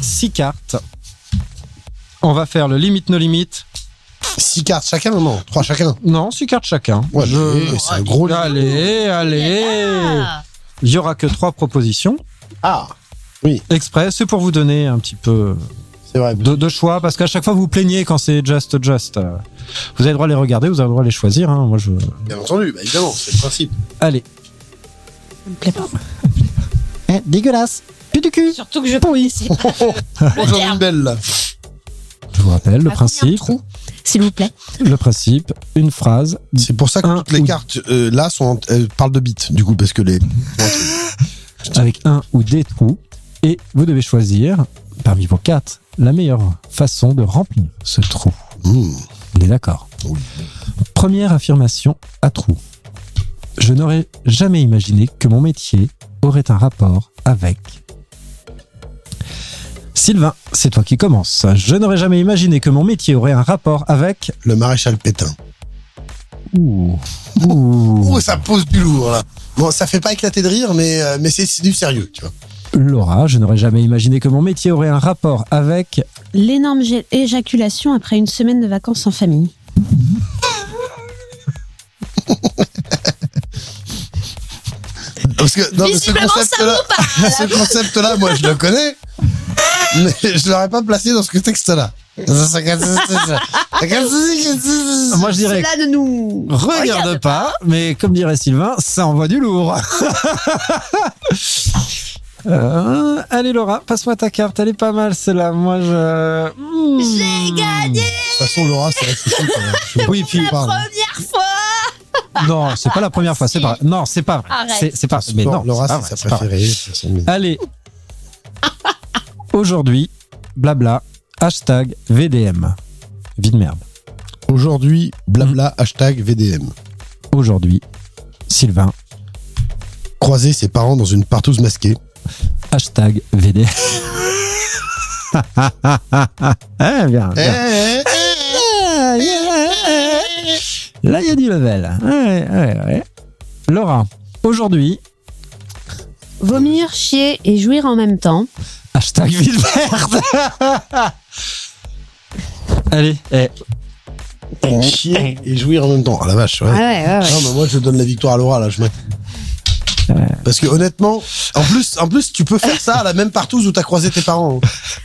six cartes. On va faire le limite no limite.
Six cartes chacun, non Trois chacun.
Non, six cartes chacun.
Ouais, mais c'est un gros.
Allez, allez.
Ah,
Il y aura que trois propositions
Ah,
exprès. C'est pour vous donner un petit peu
c'est vrai.
de, de choix parce qu'à chaque fois vous vous plaignez quand c'est just just. Euh, Vous avez le droit de les regarder, vous avez le droit de les choisir. hein. Moi je.
Bien entendu, bah, évidemment, c'est le principe.
Allez.
ça me plaît pas.
Eh, dégueulasse. Plus du cul.
Surtout que je pourris.
Bonjour,
terme.
une belle. là.
Je vous rappelle le
Ah, combien de
principe.
trous S'il vous plaît.
Le principe. Une phrase.
C'est pour ça que
Un
toutes les
ou-
cartes euh, là sont en- elles parlent de bits, du coup, parce que les.
avec un ou des trous et vous devez choisir parmi vos quatre la meilleure façon de remplir ce trou.
Hmm.
On est d'accord
Oui.
Première affirmation à trou. Je n'aurais jamais imaginé que mon métier aurait un rapport avec. Sylvain, c'est toi qui commences. Je n'aurais jamais imaginé que mon métier aurait un rapport avec.
Le maréchal Pétain.
Ouh.
Oh, ça pose du lourd là. Bon, ça fait pas éclater de rire, mais, euh, mais c'est c'est du sérieux, tu vois.
Laura, je n'aurais jamais imaginé que mon métier aurait un rapport avec.
L'énorme gé- éjaculation après une semaine de vacances en famille.
Parce que non, mais ce
Visiblement, ça
concept-là, ce concept-là, moi, je le connais, mais je l'aurais pas placé dans ce texte-là.
Moi, je dirais
Cela ne nous
Regarde, pas, mais comme dirait Sylvain, ça envoie du lourd. Euh, allez Laura, passe-moi ta carte, elle est pas mal celle-là. Moi je. hmm. J'ai gagné
toute façon, Laura, c'est la chouchoute. hein.
Oui, puis. pardon.
Première fois
Non, c'est pas la première fois, c'est pas. Non, c'est pas vrai.
Arrête.
C'est- C'est pas. Ah, Mais non,
Laura,
c'est pas
c'est sa
vrai, c'est pas vrai.
préférée. c'est son-
Allez. Aujourd'hui, blabla, hashtag VDM. Vie de merde.
Aujourd'hui, blabla, hashtag VDM.
Aujourd'hui, Sylvain,
Croiser ses parents dans une partouze masquée.
hashtag VDM. Eh bien,
Eh,
bien.
eh, eh.
Ah, yeah. Là, il y a du level. Ouais, ouais, ouais. Laura, aujourd'hui,
Vomir, chier et jouir en même temps.
hashtag ville verte. Allez, eh,
Chier et jouir en même temps. Ah la vache, ouais.
Ah ouais, ouais, ouais.
Non, mais moi, je donne la victoire à Laura, là, je m'in- Parce que honnêtement, en plus, en plus, tu peux faire ça à la même partouze où t'as croisé tes parents.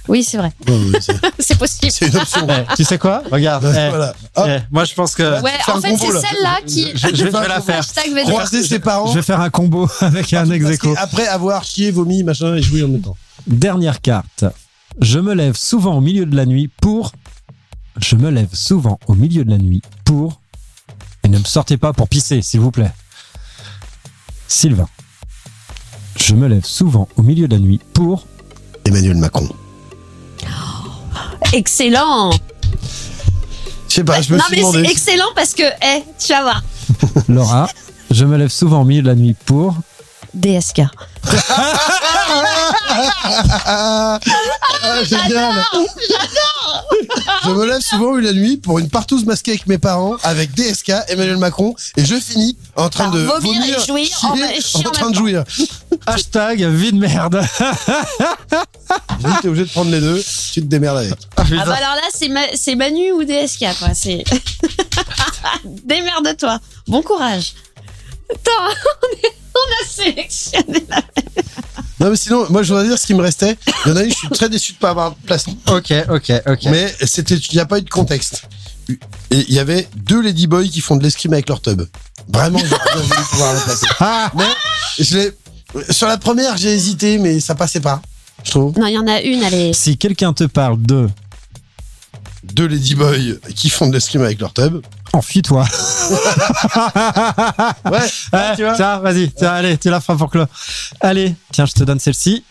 Oui, c'est vrai.
Ouais, ouais, c'est-
C'est possible.
C'est une option.
eh, tu sais quoi Regarde. eh,
Voilà. Hop,
eh, moi, je pense que
Ouais,
faire
en
un
fait,
combo,
c'est
là.
celle-là qui.
je, je vais- je vais la faire.
Hashtag VDM.
croiser ses parents.
Je vais faire un combo avec un ex
parce que
aequo.
Après avoir chié, vomi, machin, et joué en même temps.
Dernière carte. Je me lève souvent au milieu de la nuit pour. Je me lève souvent au milieu de la nuit pour. Et ne me sortez pas pour pisser, s'il vous plaît. Sylvain. Je me lève souvent au milieu de la nuit pour.
Emmanuel Macron.
Excellent.
Je sais pas, je me
non,
suis
mais c'est
demandé.
excellent parce que, eh, tu vas voir.
Laura. Je me lève souvent au milieu de la nuit pour.
DSK.
Ah, ah, génial. Je me lève souvent la nuit pour une partouze masquée avec mes parents, avec DSK, Emmanuel Macron, et je finis en train
Par
de
vomir et
vomir,
jouir
chier,
en- chier
en
en
train
même
de jouir.
Hashtag vie de merde.
Dis, t'es obligé de prendre les deux, tu te démerdes avec.
Ah bah alors là, c'est Ma- c'est Manu ou DSK, quoi. C'est. Démerde-toi. Bon courage. Attends, on, est- on a sélectionné.
Non, mais sinon, moi, je voudrais dire ce qui me restait. Il y en a une, je suis très déçu de pas avoir de place.
ok, ok, ok.
Mais c'était, il n'y a pas eu de contexte. Et il y avait deux ladyboys qui font de l'escrime avec leur tub. Vraiment, j'aurais bien voulu pouvoir la placer.
Ah,
Mais je l'ai. Sur la première, j'ai hésité, mais ça passait pas. Je trouve.
Non, il y en a une, elle est.
si quelqu'un te parle de.
Deux ladyboys qui font de l'escrime avec leur tub.
Enfuis-toi.
Ouais.
Ouais,
tu vois.
Ah, Tiens, vas-y, tiens, allez, tu la feras pour Clo. Allez, tiens, je te donne celle-ci.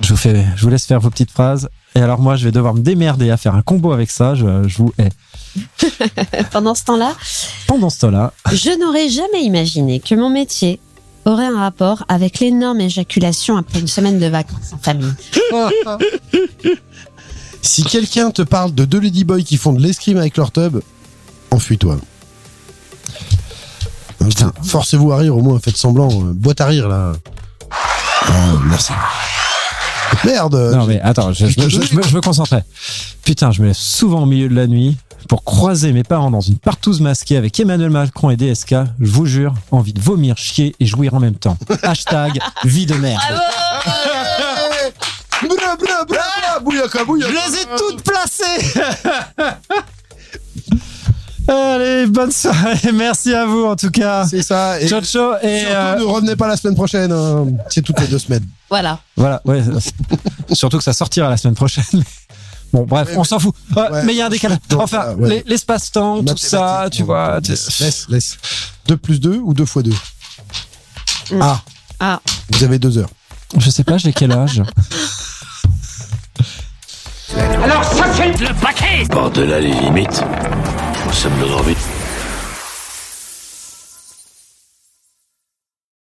Je vous, fais, je vous laisse faire vos petites phrases. Et alors, moi, je vais devoir me démerder à faire un combo avec ça. Je, je vous hais.
Pendant ce temps-là,
Pendant ce temps-là,
je n'aurais jamais imaginé que mon métier aurait un rapport avec l'énorme éjaculation après une semaine de vacances en famille.
Si quelqu'un te parle de deux ladyboys qui font de l'escrime avec leur tub, enfuis-toi. Putain, forcez-vous à rire, au moins faites semblant. Euh, Boîte à rire, là. Ah, merci. Merde.
non, mais attends, je, je me- je- je me- je me concentrais. Putain, je me lève souvent au milieu de la nuit pour croiser mes parents dans une partouze masquée avec Emmanuel Macron et DSK. Je vous jure, envie de vomir, chier et jouir en même temps. Hashtag vie de merde.
Bra, bra, bra, bra, bouillaka,
Eh, Je
bouillaka.
les ai toutes placées Allez, bonne soirée. Merci à vous en tout cas.
C'est ça. Et
Ciao
surtout,
ciao et euh,
ne revenez pas la semaine prochaine. hein. C'est toutes les deux semaines.
Voilà.
voilà. Ouais, surtout que ça sortira la semaine prochaine. Bon, bref,
Ouais,
on
mais-
s'en fout. Euh,
Ouais.
mais il y a un décalage.
Donc,
Enfin,
voilà, ouais.
les- l'espace-temps, tout ça,
Mathématiques,
tu
on-
vois. tu-
Laisse, laisse, laisse. 2 plus 2 ou 2 fois 2
Ah,
Ah,
Vous avez 2 heures.
je sais pas, j'ai quel âge
Par-delà les limites, nous sommes de grand but.